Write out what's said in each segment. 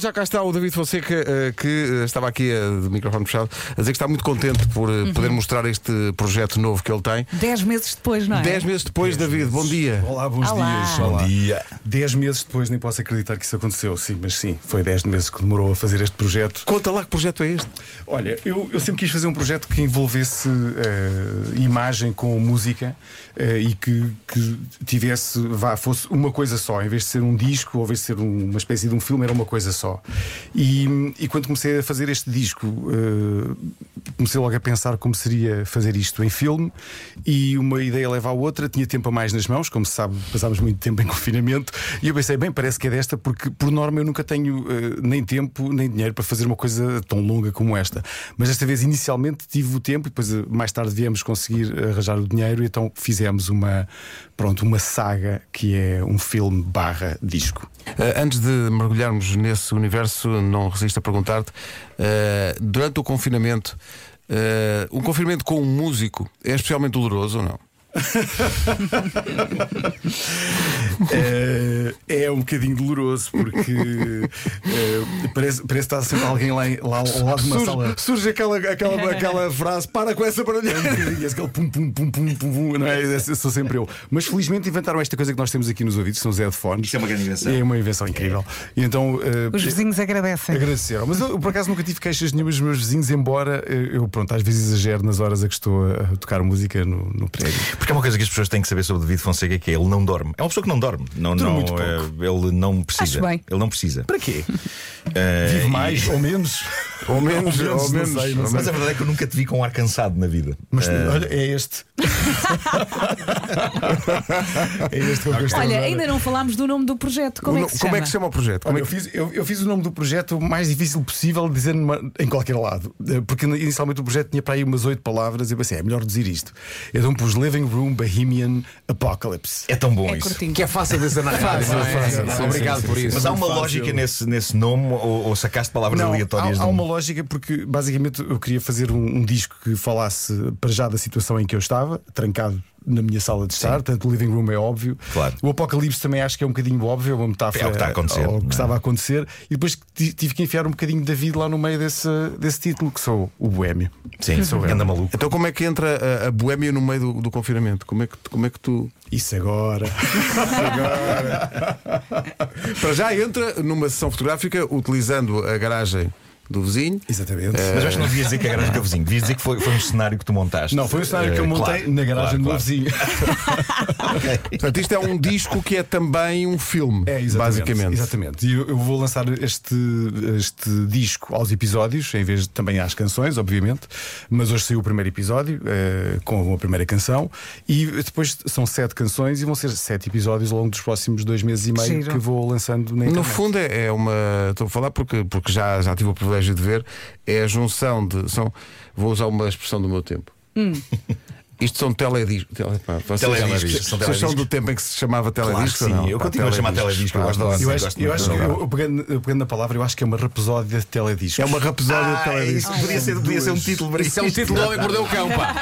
Já cá está o David Fonseca, eh, que eh, estava aqui eh, de microfone fechado, a dizer que está muito contente por eh, poder mostrar este projeto novo que ele tem. Dez meses depois, não é? Dez meses depois, David, bom dia. Olá, bons Olá. dias. Bom dia. Dez meses depois, nem posso acreditar que isso aconteceu. Sim, mas sim, foi dez meses que demorou a fazer este projeto. Conta lá que projeto é este. Olha, eu, eu sempre quis fazer um projeto que envolvesse eh, imagem com música eh, e que, que tivesse, vá, fosse uma coisa só. Em vez de ser um disco ou em vez de ser um- uma espécie de um filme, era uma coisa só. E, e quando comecei a fazer este disco, eh, comecei logo a pensar como seria fazer isto em filme e uma ideia leva à outra. Tinha tempo a mais nas mãos, como se sabe, passámos muito tempo em confinamento. E eu pensei, bem, parece que é desta, porque por norma eu nunca tenho eh, nem tempo nem dinheiro para fazer uma coisa tão longa como esta. Mas desta vez, inicialmente, tive o tempo e depois eh, mais tarde viemos conseguir arranjar o dinheiro. e Então fizemos uma, pronto, uma saga que é um filme barra disco. Eh, Antes de mergulharmos nesse universo, não resisto a perguntar-te: eh, durante o confinamento, eh, um confinamento com um músico é especialmente doloroso ou não? Eh, é um bocadinho doloroso porque eh, parece, parece que está sempre alguém lá, em- lá ao lado de uma sala. surge aquela, aquela, aquela frase: para com essa É um bocadinho esse aquele pum pum pum pum pum pum, não é? Esse sou sempre eu. Mas felizmente inventaram esta coisa que nós temos aqui nos ouvidos, que são os headphones. Isso é uma grande invenção. É uma invenção incrível. E então. eh, Os vizinhos agradecem. Agradeceram, mas eu por acaso nunca tive queixas nenhuma dos meus vizinhos, embora eh, eu, pronto, às vezes exagero nas horas a que estou a a tocar música no, no prédio. Porque é uma coisa que as pessoas têm que saber sobre o David Fonseca que é ele não dorme. É uma pessoa que não dorme. Não, não, muito pouco. eh, ele não precisa. Acho bem. Ele não precisa. Para quê? Eh, Vive e- mais ou menos? Ou menos, Ao ou menos. não sei, não sei. Mas a verdade é que eu nunca te vi com um ar cansado na vida. Mas Eh, olha, é este. é este que eu gosto Olha, agora. ainda não falámos do nome do projeto. Como, é, que se Como chama? é que se chama o projeto? Como é Olha, eu, que- fiz, eu, eu fiz o nome do projeto o mais difícil possível de dizer numa- em qualquer lado. Eh, Porque inicialmente o projeto tinha para aí umas oito palavras e eu pensei, é melhor dizer isto. Então pus Living Room Bohemian Apocalypse. é tão bom É isso. curtinho. Que é fácil de sanar. Obrigado por isso. Mas há é uma lógica nesse, nesse nome ou, ou sacaste palavras Não, aleatórias? um há, há num- uma lógica porque basicamente eu queria fazer um, um disco que falasse para já da situação em que eu estava, trancado na minha sala de estar, tanto o living room é óbvio. Claro. O apocalipse também acho que é um bocadinho óbvio, é uma metáfora É o que está a acontecer, ao que não é? estava a acontecer. E depois ti- tive que enfiar um bocadinho de David lá no meio desse, desse título, que sou o boémio. Sim, Sou eu. anda maluco. Então, como é que entra a, a boémia no meio do, do confinamento? Como é que, como é que tu. Isso agora. Para já entra numa sessão fotográfica utilizando a garagem do vizinho. Exatamente. Mas acho que não devias dizer que é a garagem do teu vizinho. Devias dizer que foi, foi um cenário que tu montaste. Não, foi um cenário que eu Eh, montei claro, na garagem do meu claro, vizinho. Portanto, isto é um disco que é também um filme, É, exatamente. basicamente. Exatamente. E eu, eu vou lançar este, este disco aos episódios, em vez de também às canções, obviamente. Mas hoje saiu o primeiro episódio, eh, com a primeira canção. E depois são sete canções e vão ser sete episódios ao longo dos próximos dois meses e meio Giro. que vou lançando na No internet. fundo, é é uma. Estou a falar porque, porque já, já tive o privilégio de ver. É a junção de. São, vou usar uma expressão do meu tempo. Isto são telediscos. Tele, pá, vocês- Telediscos, são Vocês são telediscos. do tempo em que se chamava Claro que teledisco ou sim. não? Eu Pá, continuo a chamar teledisco. Eu gosto da pá. lance, Eu acho, gosto eu muito acho da que, lance. eu, eu pegando, eu pegando na palavra, eu acho que é uma rapesódia de telediscos. É uma rapesódia de Ah, é teledisco. isso. Podia ser, podia ser um título para Isso é um título do homem que mordeu o cão, pá.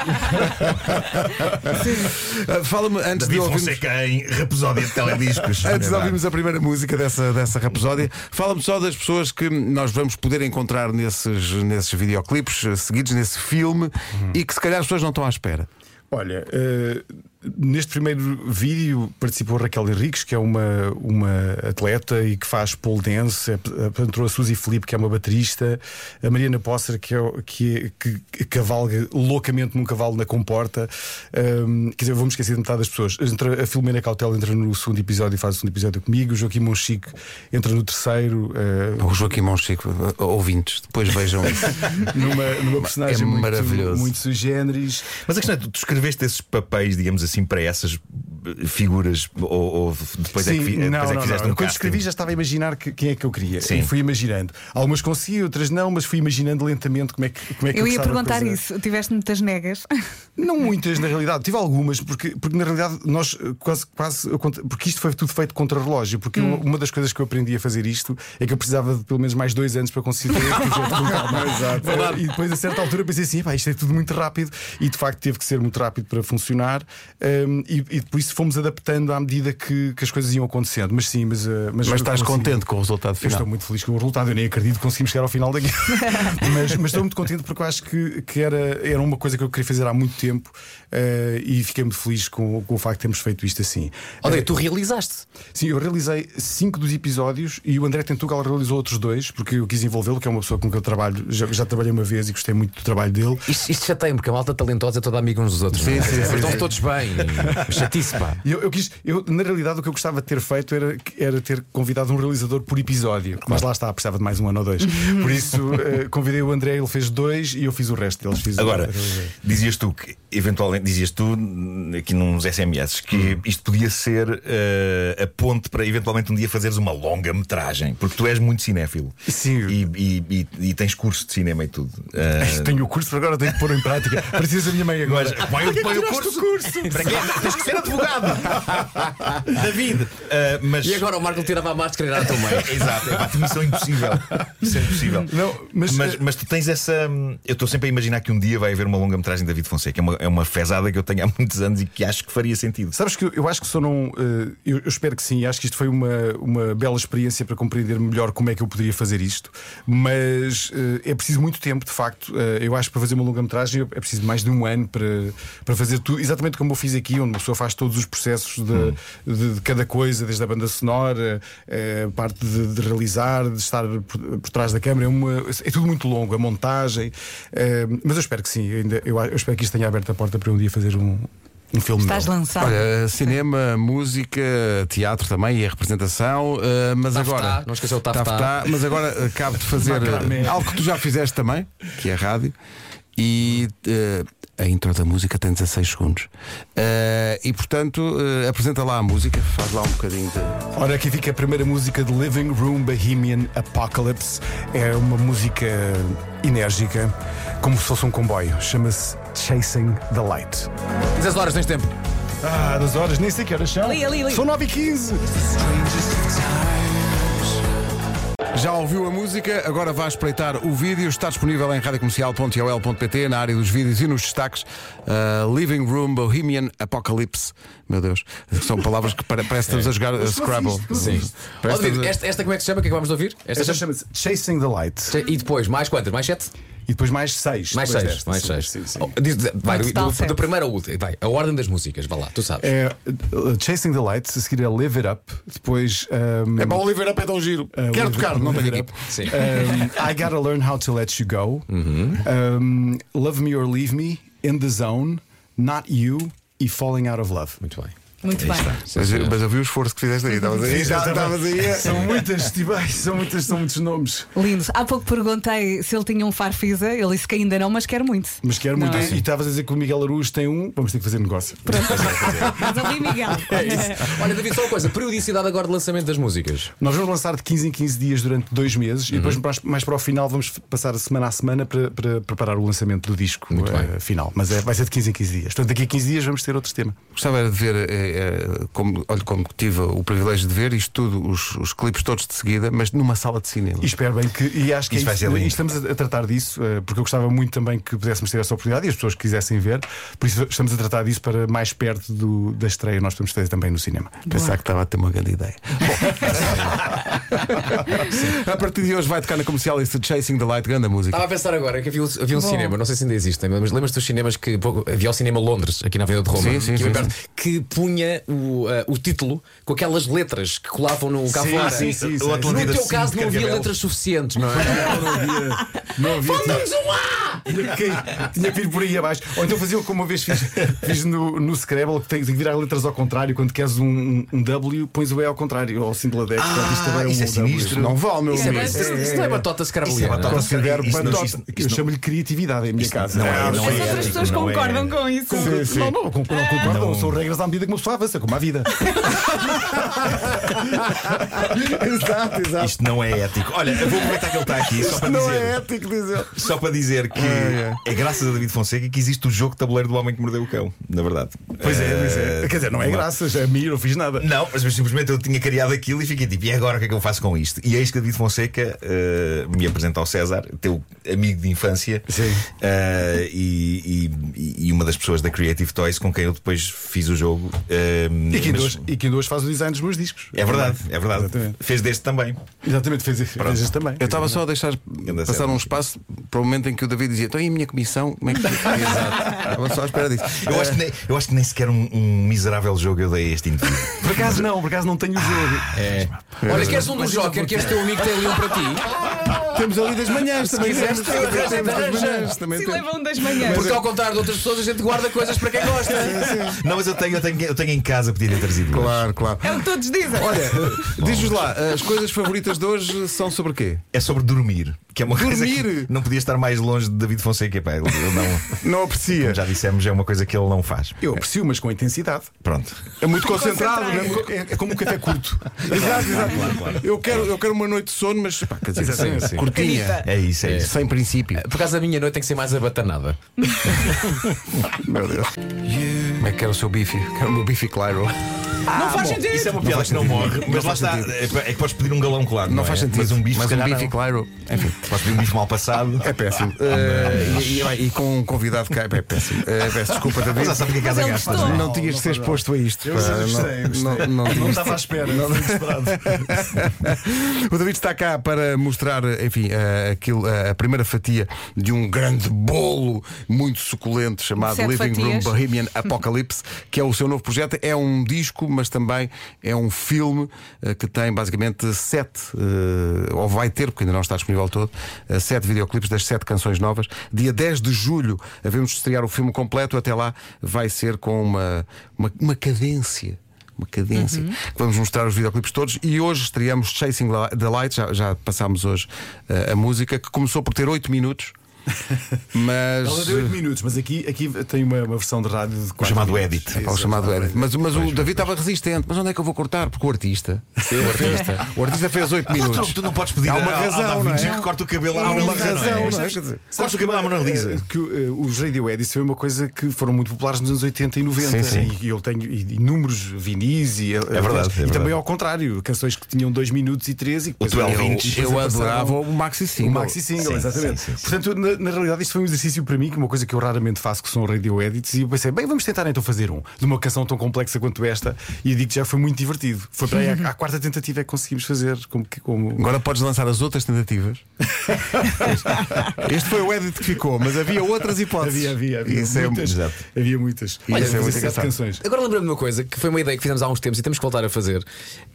Ah, Fala-me antes de David ouvirmos. Fonseca em Rapesódia de Telediscos. É, Antes de ouvirmos a primeira música dessa, dessa rapsódia, fala-me só das pessoas que nós vamos poder encontrar nesses, nesses videoclipes eh, seguidos, nesse filme, e que se calhar as pessoas não estão à espera. Olha, eh, neste primeiro vídeo participou Raquel Henriques, que é uma, uma atleta e que faz pole dance, ap- entrou a Suzy Felipe, que é uma baterista, a Mariana Posser, que, é, o- que, é- que- que cavalga loucamente num cavalo na comporta. Ahm, quer dizer, vamos esquecer de metade das pessoas. Entra, a Filomena Cautela entra no segundo episódio e faz o segundo episódio comigo, o Joaquim Monchique entra no terceiro. eh, É O Joaquim Monchico, eh, ouvintes, depois vejam isso. numa, numa personagem muito- maravilhoso. muito sui generis. Mas a questão é, tu, tu escreveste esses papéis, digamos assim, para essas eh, figuras, ou, ou depois é que, fi- não, depois é não, que fizeste não. um Quando casting? escrevi já estava a imaginar que- quem é que eu queria. Sim. E fui imaginando. Algumas consegui, outras não, mas fui imaginando lentamente como é que como é que Eu ia gostava de perguntar fazer. isso. Tiveste muitas negas. Não muitas, na realidade. Tive algumas, porque, porque na realidade nós eh, quase, quase. eu cont- Porque isto foi tudo feito contra relógio. Porque eu- uma das coisas que eu aprendi a fazer isto é que eu precisava de pelo menos mais dois anos para conseguir fazer este projeto com calma. Eh, E depois, a certa altura, pensei assim: "Epá, isto é tudo muito rápido. E de facto teve que ser muito rápido para funcionar. Ehm, e, e por isso isso fomos adaptando à medida que, que as coisas iam acontecendo. Mas sim, mas. eh, Mas estás consegui- contente com o resultado Eu estou final? muito feliz com o resultado, eu nem acredito que conseguimos chegar ao final daqui. mas, mas estou muito contente porque eu acho que, que era, era uma coisa que eu queria fazer há muito tempo eh, e fiquei muito feliz com, com o facto de termos feito isto assim. Olha, tu realizaste. Sim, eu realizei cinco dos episódios e o André Tentugal realizou outros dois, porque eu quis envolvê-lo, que é uma pessoa com quem eu trabalho, já, já trabalhei uma vez e gostei muito do trabalho dele. Isto, isto chateia-me, porque a malta talentosa é toda amiga uns dos outros. Sim, não é? sim, sim, Estão sim. todos bem. Chatice, pá. E Eu, eu quis, eu, na realidade, o que eu gostava de ter feito era, era ter convidado um realizador por episódio, mas lá está, precisava de mais um ano ou dois. Por isso, eh, convidei o André, ele fez dois e eu fiz o resto deles. Fiz o- Agora, dizias tu que, eventualmente, dizias tu n- aqui nos SMS que Hum. isto podia ser eh, a ponte para eventualmente um dia fazeres uma longa metragem, porque tu és muito cinéfilo Sim. E, e- e- e tens curso de cinema e tudo. Eh, Tenho o curso, por agora tenho que pôr em prática. Precisa da minha mãe agora. mas põe, o- põe o curso. Para quê? Tens que ser advogado. David. Eh, mas. E agora o Marco tirava a máscara e era a tua mãe. Exato, é pá, missão impossível. Missão impossível. Não, mas- eh, mas, mas tu tens essa. hum, Eu estou sempre a imaginar que um dia vai haver uma longa-metragem de David Fonseca. É uma, é uma fezada que eu tenho há muitos anos e que acho que faria sentido. Sabes que eu, eu acho que só não. eh, eu, eu espero que sim, acho que isto foi uma, uma bela experiência para compreender melhor como é que eu poderia fazer isto, mas eh, é preciso muito tempo, de facto. Eh, eu acho que para fazer uma longa-metragem é preciso mais de um ano para, para fazer tudo, exatamente como eu fiz aqui, onde uma pessoa faz todos os processos de, de- de cada coisa, desde a banda sonora, eh, a parte de, de realizar, de estar por, por trás da câmara. É, uma- é tudo muito longo, a montagem. eh, mas eu espero que sim, eu ainda, eu, a- eu espero que isto tenha aberto a porta para eu um dia fazer um. Um filme Estás meu. lançado. Olha, cinema, música, teatro também e a representação, eh, mas Taftá, agora. não esqueceu o Taftá. Mas agora eh, cabe de fazer eh, algo que tu já fizeste também, que é a rádio, e eh, a intro da música tem 16 segundos. Eh, e portanto, eh, apresenta lá a música, faz lá um bocadinho de. Ora, aqui fica a primeira música de Living Room Bohemian Apocalypse. É uma música enérgica, como se fosse um comboio. Chama-se Chasing the Light. 16 horas, tens tempo. Ah, das horas, nem sei que horas são. Ali, ali, ali. São 9 e 15 Já ouviu a música, agora vá espreitar o vídeo, está disponível em radiocomercial.ol.pt na área dos vídeos e nos destaques. Eh, Living Room Bohemian Apocalypse. Meu Deus, são palavras que pare- parece que estamos a jogar eh, Scrabble. assim? Sim. Ó, Parece que David, estamos a- esta, esta como é que se chama? O que é que vamos ouvir? Esta Esta chama- chama-se Chasing the Light. E depois, mais quantas? Mais sete? E depois mais 6. Mais seis. Mais seis. Oh, diz- Vai, No do, total, do- sete. do primeiro ao último. Vai, a ordem das músicas, vá lá, tu sabes. É, uh, Chasing the Light, a seguir é Live It Up. Depois. um, É para o Oliveira pé tão giro. Quero Oliveira- tocar, não tenho Oliveira. aqui. Sim. um, I Gotta Learn How to Let You Go, Uhum. um, Love Me or Leave Me, In the Zone, Not You e Falling Out of Love. Muito bem. Muito Aí bem. está. Sim, Mas, senhor. mas eu vi o esforço que fizeste aí. Estavas aí, já estavas aí. a- São muitas, tipo, ai, são muitas, são muitos nomes. Lindo. Há pouco perguntei se ele tinha um farfisa. Ele disse que ainda não, mas quer muito. Mas quero Não muito. é? E estavas a dizer que o Miguel Araújo tem um, vamos ter que fazer negócio. Mas ali, Miguel. Olha, David, só uma coisa: periodicidade agora de lançamento das músicas. Muito Nós vamos lançar de 15 em 15 dias durante dois meses e Uhum. depois, mais, mais para o final, vamos f- passar a semana a semana para, para preparar o lançamento do disco eh, bem. final. Mas é, vai ser de 15 em 15 dias. Portanto, daqui a 15 dias vamos ter outro tema. Gostava era de ver, eh, eh, como, olha, como tive o privilégio de ver isto tudo, os, os clipes todos de seguida, mas numa sala de cinema. E espero bem que. E acho que é Isso vai ser lindo. e estamos a, a tratar disso, eh, porque eu gostava muito também que pudéssemos ter essa oportunidade e as pessoas que quisessem ver. Por isso, estamos a tratar disso para mais perto do- da estreia, nós podemos fazer também no cinema. Pensar que estava a ter uma grande ideia. Bom, a partir de hoje vai tocar na comercial esse Chasing the Light, grande música. Estava a pensar agora que havia, um- havia um cinema, não sei se ainda existem, mas lembras-te dos cinemas que pouco- havia o cinema Londres, aqui na Avenida de Roma, Sim, sim, que, é bem sim, perto, que punha o, ah, o título com aquelas letras que colavam no cá Sim, fora. sim, sim, sim. O Atlântida assim, No teu cinco caso de não havia Carcavelos. letras suficientes, não é? Não havia. Não havia tinha, que, cair- tinha que vir por aí abaixo. Ou então fazia como uma vez fiz, fiz no, no Scrabble, que tens que virar letras ao contrário. Quando queres um, um- um W, pões o E ao contrário, ou o símbolo da Dex. portanto, isto também é um isso é W. sinistro. Não vale, meu Isso, é, amigo. isso, isso não é Isso é batota escarabuliana. batota. Considero Isso não- batota. isso- Eu isso não- chamo-lhe criatividade em minha casa. não é, não As é. outras pessoas não é. concordam com isso. Sim, sim. Não, não, não concordam. São regras à medida que uma pessoa avança, como a vida. Exato, exato. Isto não é ético. Olha, eu vou aproveitar que ele está aqui só para Não dizer. é ético, diz ele. Só para dizer que é graças a David Fonseca que existe o jogo de tabuleiro do homem que mordeu o cão, na verdade. Pois é, Eh, pois é. Quer dizer, não é vamos lá. graças a mim, eu não fiz nada. Não, mas mas simplesmente eu tinha criado aquilo e fiquei tipo, e agora o que é que eu faço com isto? E eis que David Fonseca eh, me apresenta ao César, teu amigo de infância, eh, e, e- e uma das pessoas da Creative Toys com quem eu depois fiz o jogo. eh, Ahm, E quem, mas- dois, e quem dois faz o design dos meus discos. É verdade, é verdade. Exatamente. Fez deste também. Exatamente, fez, fez este também. Eu estava só a deixar Anda passar certo. um espaço para o momento em que o David dizia: Então, e a minha comissão? Como é que fica?" Exato. Estava só à espera disso. Eu acho, que nem, eu acho que nem sequer um, um miserável jogo eu dei a este indivíduo. Por acaso não, por acaso não tenho o jogo. É. Olha, queres um do Joker, queres teu amigo tem ali um para ti? Temos ali das manhãs também. quiseres, temos, tem outra temos das laranja. manhãs, também Se temos. levam das manhãs. Porque ao contrário de outras pessoas, a gente guarda coisas para quem gosta. Não, mas eu tenho, eu tenho, eu tenho em casa podia ter trazido. Claro, claro. É o que todos dizem. Olha, diz-nos lá, as coisas favoritas de hoje são sobre quê? É sobre dormir, que é uma coisa que Dormir? não podia estar mais longe de David Fonseca. Pá, ele, ele não, Não aprecia. como já dissemos, é uma coisa que ele não faz. Eu aprecio, mas com intensidade. Pronto. É muito concentrado, não é? É, é como um café curto. Exato, exato. claro, claro. Eu, quero, eu quero uma noite de sono, mas pá, quer dizer, Exatamente, sim, sim. curtinha. É isso, é isso. Sem princípio. Por causa da minha noite tem que ser mais abatanada. Meu Deus. Como é que era o seu bife? Quero o meu bife claro. não faz sentido. Isso é uma piada que não morre, mas lá está. sentido. É pá, é que podes pedir um galão, claro. Não é? faz sentido. Mas um bife, mas se um calhar, bife não. claro. Enfim. Podes pedir um bife mal passado. Ah, É péssimo. Eh, e, e- e com um convidado cá, é péssimo. Eh, peço desculpa, Mas David. já sabe o que a casa Mas ele gasta. gostou. não é? Não tinhas de ser exposto a isto. Eu pá, sei, eu não- sei, eu não- sei. não tinhas- estava à espera, não estava esperado. O David está cá para mostrar, enfim, eh, aquilo, eh, a primeira fatia de um grande bolo muito suculento chamado Sete Living Room fatias. Bohemian Apocalypse, que é o seu novo projeto. É um disco, mas também é um filme eh, que tem basicamente sete, eh, ou vai ter, porque ainda não está disponível todo, eh, sete videoclipes das sete canções novas. Dia 10 de julho havemos de estrear o filme completo. Até lá vai ser com uma, uma, uma cadência uma cadência. Vamos mostrar os videoclipes todos e hoje estreamos Chasing the Light, já, já passámos hoje eh, a música, que começou por ter 8 minutos, mas. Ela deu 8 minutos, mas aqui, aqui tem uma, uma versão de rádio de quatro chamado minutos. edit. É Pá, o chamado Edith. Mas, mas o David estava resistente. Mas onde é que eu vou cortar? Porque o artista. O artista, o artista fez 8 minutos. Tu, tu não podes pedir Há uma a- a- razão, a Da não é? Vinci que corta o cabelo à Há Mona uma Lisa, razão, não é? não é? Quer Sabes- dizer, Corta sabes o cabelo à Mona Lisa. que eh, os Radio Edits foi uma coisa que foram muito populares nos anos 80 e 90. Sim, sim. E eu tenho i- inúmeros vinis e. É verdade, é e também verdade. ao contrário, canções que tinham 2 minutos e 3 e que O depois- 12 Eu, inch. eu passaram- adorava o Maxi O Single. maxi single, Sim, exatamente. sim, sim, sim. Portanto, na, na realidade, isto foi um exercício para mim, que é uma coisa que eu raramente faço, que são radio edits, e eu pensei, bem, vamos tentar então fazer um, de uma canção tão complexa quanto esta, e digo que já foi muito divertido. Foi para aí a, a quarta tentativa é que conseguimos fazer, como que como. Agora podes lançar as outras tentativas. este foi o edit que ficou, mas havia outras hipóteses. Havia, havia, havia Isso é- muitas. exato. havia muitas. Olha, Havia é muito sete engraçado. canções. Agora lembrei-me de uma coisa que foi uma ideia que fizemos há uns tempos e temos que voltar a fazer.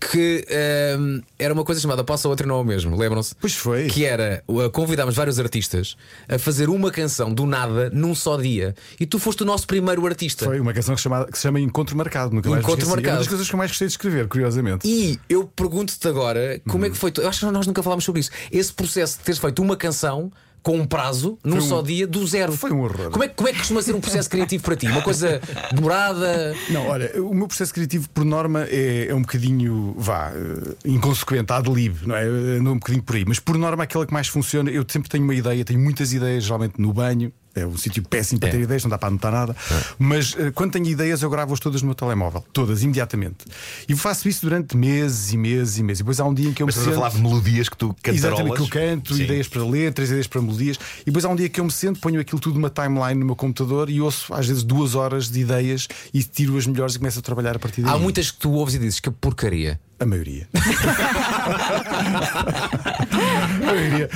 Que ehm, era uma coisa chamada Passa Outra e Não é o Mesmo, lembram-se? Pois foi. Que era uh, convidámos vários artistas a fazer uma canção do nada num só dia e tu foste o nosso primeiro artista. Foi uma canção que, chamada, que se chama Encontro Marcado. Nunca mais me Encontro esqueci. É uma das Marcado. coisas que eu mais gostei de escrever, curiosamente. E eu pergunto-te agora como Uhum. é que foi. tu- Eu acho que nós nunca falámos sobre isso. Esse processo de teres feito uma canção. Com um prazo, num só dia, do zero. Foi um horror. Como é, que- como é que costuma ser um processo criativo para ti? Uma coisa demorada? Não, olha, o meu processo criativo, por norma, é, é um bocadinho, vá, eh, inconsequente, ad lib, não é? Ando um bocadinho por aí. Mas, por norma, aquela que mais funciona, eu sempre tenho uma ideia, tenho muitas ideias, geralmente no banho. É um sítio péssimo para ter ideias, não dá para anotar nada. Mas eh, quando tenho ideias, eu gravo-as todas no meu telemóvel. Todas, imediatamente. E faço isso durante meses e meses e meses. E depois há um dia em que eu Mas me estás a sento- falar de melodias que tu cantarolas. Exatamente, que eu canto, Sim. ideias para letras, ideias para melodias. E depois há um dia que eu me sento, ponho aquilo tudo numa timeline no meu computador e ouço às vezes duas horas de ideias e tiro as melhores e começo a trabalhar a partir daí. Há muitas que tu ouves e dizes que porcaria. A maioria. a maioria.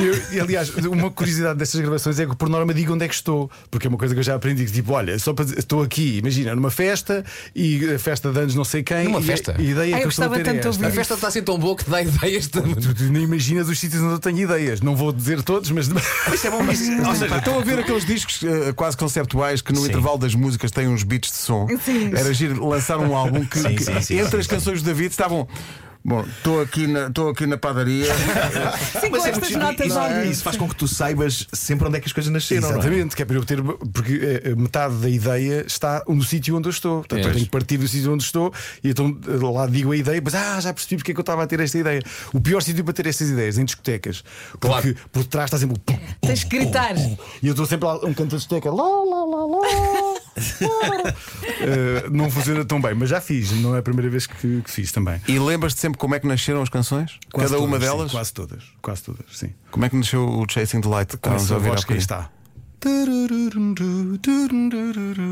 Eu- e, aliás, uma curiosidade destas gravações é que por norma digo onde é que estou, porque é uma coisa que eu já aprendi. Tipo, olha, só para dizer, estou aqui, imagina, numa festa e a festa de anos não sei quem. Numa e a- festa? E a ideia Ai, que eu eu estou a gostava ter é tanto de esta. A ouvir. festa está assim tão boa que te dá ideias de. Tu nem imaginas os sítios onde eu tenho ideias. Não vou dizer todos, mas. Isso é bom, mas- ou seja, Pá, Estão a ver aqueles discos eh, quase conceptuais que no Sim. intervalo das músicas têm uns beats de som. Sim. Era giro lançar um álbum que, Sim, que sim, sim, entre sim, as sim. canções do David estavam. Bom, estou aqui, na- tô aqui na padaria. Sim, com Mas é estas muito notas giro. óbvias. Isso faz com que tu saibas sempre onde é que as coisas nasceram. não é? Exatamente, que é para eu ter. Porque eh, metade da ideia está no sítio onde eu estou. Portanto, É. eu tenho que partir do sítio onde estou e então eh, lá digo a ideia, mas ah, já percebi porque é que eu estava a ter esta ideia. O pior sítio para ter estas ideias, em discotecas. Claro. Porque por trás está sempre. o pum, pum, Tens que gritar. E eu estou sempre lá, um canto da discoteca. Lá, lá, lá, lá. Eh, não funciona tão bem, mas já fiz, não é a primeira vez que, que fiz também. E lembras-te sempre como é que nasceram as canções? Quase Cada uma todas, sim, delas? quase todas, quase todas, sim. Como é que nasceu o Chasing the Light? que Com estávamos essa a ouvir há voz que aí bocadinho? está.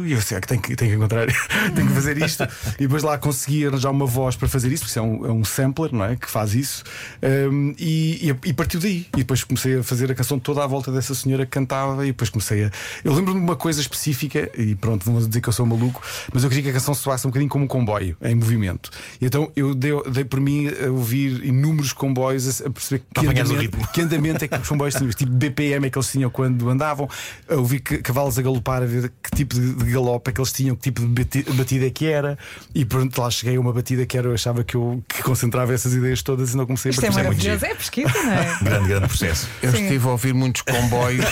E eu sei que tenho que, tenho que encontrar, tenho que fazer isto. E depois lá consegui arranjar uma voz para fazer isso, porque isso é um, é um sampler, não é? Que faz isso. Ahm, e, e, e partiu daí. E depois comecei a fazer a canção toda à volta dessa senhora que cantava. E depois comecei a. Eu lembro-me de uma coisa específica, e pronto, vão dizer que eu sou maluco, mas eu queria que a canção soasse um bocadinho como um comboio em movimento. E então eu dei, dei por mim a ouvir inúmeros comboios a, a perceber que apanhares o andamento- ritmo. que andamento é que os comboios tinham? Tipo BPM é que eles tinham quando andavam? Eu ouvi que- cavalos a galopar a ver que tipo de, de galope é que eles tinham, que tipo de bati- batida é que era. E pronto, lá cheguei a uma batida que era, eu achava que eu que concentrava essas ideias todas e não comecei Isto a é partir. maravilhoso. É pesquisa, não é? Grande, grande processo. Eu Sim. estive a ouvir muitos comboios.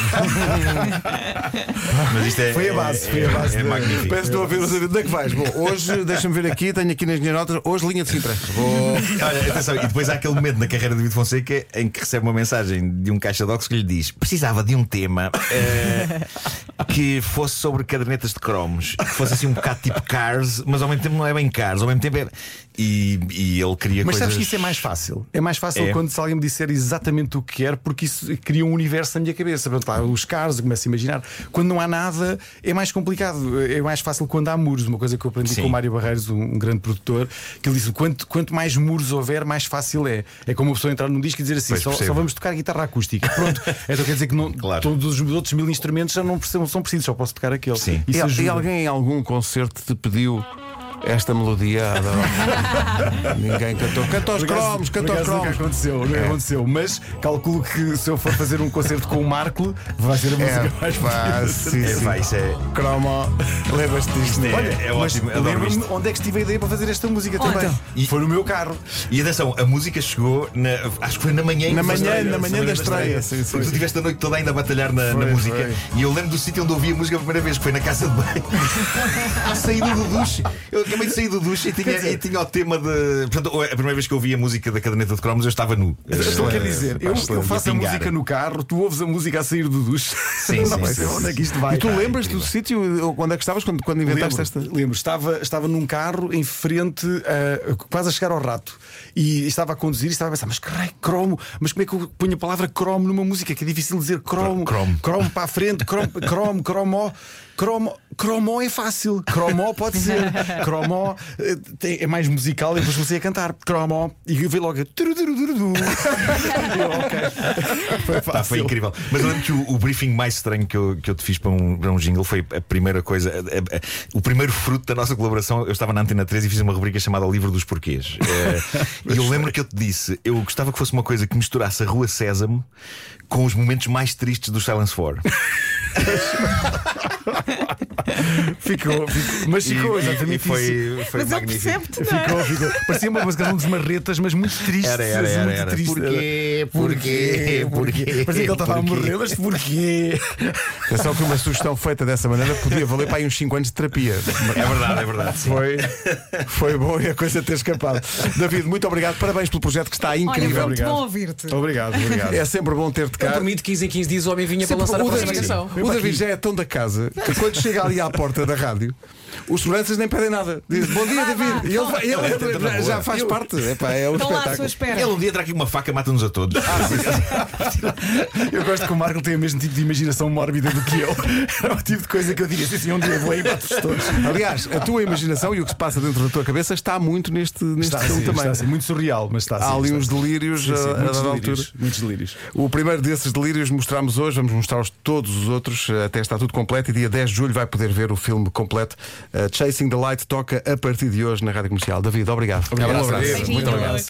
Mas isto é, Foi a base, foi a base. É, é da- magnífico. Peço estou a ouvir, onde é que vais? Bom, hoje, deixa-me ver aqui, tenho aqui nas minhas notas, hoje linha de Sintra. Vou- Olha, atenção, e depois há aquele momento na carreira de David Fonseca em que recebe uma mensagem de um caixa de óculos que lhe diz: precisava de um tema eh, que fosse sobre cadernetas de cromos, que fosse assim um bocado tipo Cars, mas ao mesmo tempo não é bem Cars, ao mesmo tempo é. E, e ele queria Mas coisas. sabes que isso é mais fácil? É mais fácil É. quando se alguém me disser exatamente o que quer, porque isso cria um universo na minha cabeça. Pronto, lá, os carros, eu começo a imaginar. Quando não há nada, é mais complicado. É mais fácil quando há muros. Uma coisa que eu aprendi Sim. com o Mário Barreiros, um, um grande produtor, que ele disse: quanto, quanto mais muros houver, mais fácil é. É como uma pessoa entrar num disco e dizer assim: Pois, só, percebo. só vamos tocar guitarra acústica. Pronto, então quer dizer que não, Claro. todos os outros mil instrumentos já não precisam- são precisos, só posso tocar aquele. Sim. E, Isso e ajuda. alguém em algum concerto te pediu esta melodia? Adoro. Ninguém cantou. Canta aos Por acaso- cromos, por canta aos acaso nunca cromos. aconteceu, nunca É. aconteceu. Mas calculo que se eu for fazer um concerto com o Marco, vai ser a música mais pá, sim, É, sim. pá, isso é. É Cromo, lembras-te disto? É, Olha, é mas ótimo, adoro lembro-me isto. onde é que tive a ideia para fazer esta música Oh, também. então. E- Foi no meu carro. E atenção, a música chegou, na, acho que foi na manhã em Na que foi a manhã, estreia, na manhã da estreia, sim, sim. Porque tu tiveste a noite toda ainda a batalhar na, na Foi, música. foi. E eu lembro do sítio onde ouvi a música a primeira vez, que foi na casa de banho. à saída do duche. Eu acabei de sair do duche e tinha, e tinha o tema de. Portanto, a primeira vez que eu ouvi a música da caderneta de cromos, eu estava nu. Estou a Eh, querer dizer, pá, eu, eu excelente. faço a pingar. música no carro, tu ouves a música a sair do duche. Sim, Não sim, sei sim, onde é que isto vai. E tu lembras do sítio onde é que estavas quando, quando inventaste esta? Lembro, lembro. Estava, estava num carro em frente, a- quase a chegar ao rato. E estava a conduzir e estava a pensar: mas caralho, cromo, mas como é que eu ponho a palavra cromo numa música? Que é difícil dizer cromo. Cromo. para a frente, cromo, cromo, cromo. Cromo, cromo é fácil, cromo pode ser, cromo eh, tem- é mais musical. E depois comecei a cantar cromo e veio logo a tururururudu. E eu, ok. Foi Pá, foi fácil. incrível. Mas eu lembro que o, o briefing mais estranho que eu, que eu te fiz para um, para um jingle foi a primeira coisa, a- a- a- o primeiro fruto da nossa colaboração. Eu estava na Antena 13 e fiz uma rubrica chamada O Livro dos Porquês. Eh, E eu lembro que eu te disse: eu gostava que fosse uma coisa que misturasse a Rua Sésamo com os momentos mais tristes do Silence 4. Ficou, ficou. Mas ficou, e, exatamente e foi, isso. foi Mas eu magnífico. percebo-te, não é? Ficou, ficou. Parecia uma música dos marretas, mas muito triste. Era, era, era. é muito era. Triste. Porquê? Porquê? Porquê? Porquê? Parecia que ele estava a Porquê? morrer, mas porquê? Atenção É que uma sugestão feita dessa maneira podia valer para aí uns 5 anos de terapia. É verdade, é verdade. sim. Foi, foi bom e a coisa ter escapado. David, muito obrigado. Parabéns pelo projeto que está Olha, incrível. foi muito obrigado. bom ouvir-te. Obrigado, obrigado. É sempre bom ter-te Eu cá. permito 15 em 15 dias o homem vinha para Sempre- lançar a o próxima David, canção. o David já é tão da casa que quando chega ali à porta da rádio, os seguranças nem pedem nada. Diz bom dia, David. E ele, vai- ele entra- entra na já boa. faz parte. Epá, é um Estão Então lá à espetáculo. sua espera. Ele um dia traga aqui uma faca, mata-nos a todos. Ah, Eu gosto que o Marco tem o mesmo tipo de imaginação mórbida do que eu. Era o tipo de coisa que eu diria assim: um dia vou aí e bato-vos todos. Aliás, a tua imaginação e o que se passa dentro da tua cabeça está muito neste, neste Está filme assim, também. está assim, muito surreal, mas está assim. Há ali está uns assim. delírios eh, Sim, sim, a, a muitos dada altura. delírios, Muitos delírios. O primeiro desses delírios mostramos hoje, vamos mostrar-os todos os outros, eh, até está tudo completo e dia 10 de julho vai poder ver o filme completo. Eh, Chasing the Light toca a partir de hoje na Rádio Comercial. David, obrigado. Obrigado. Um abraço. Muito obrigado.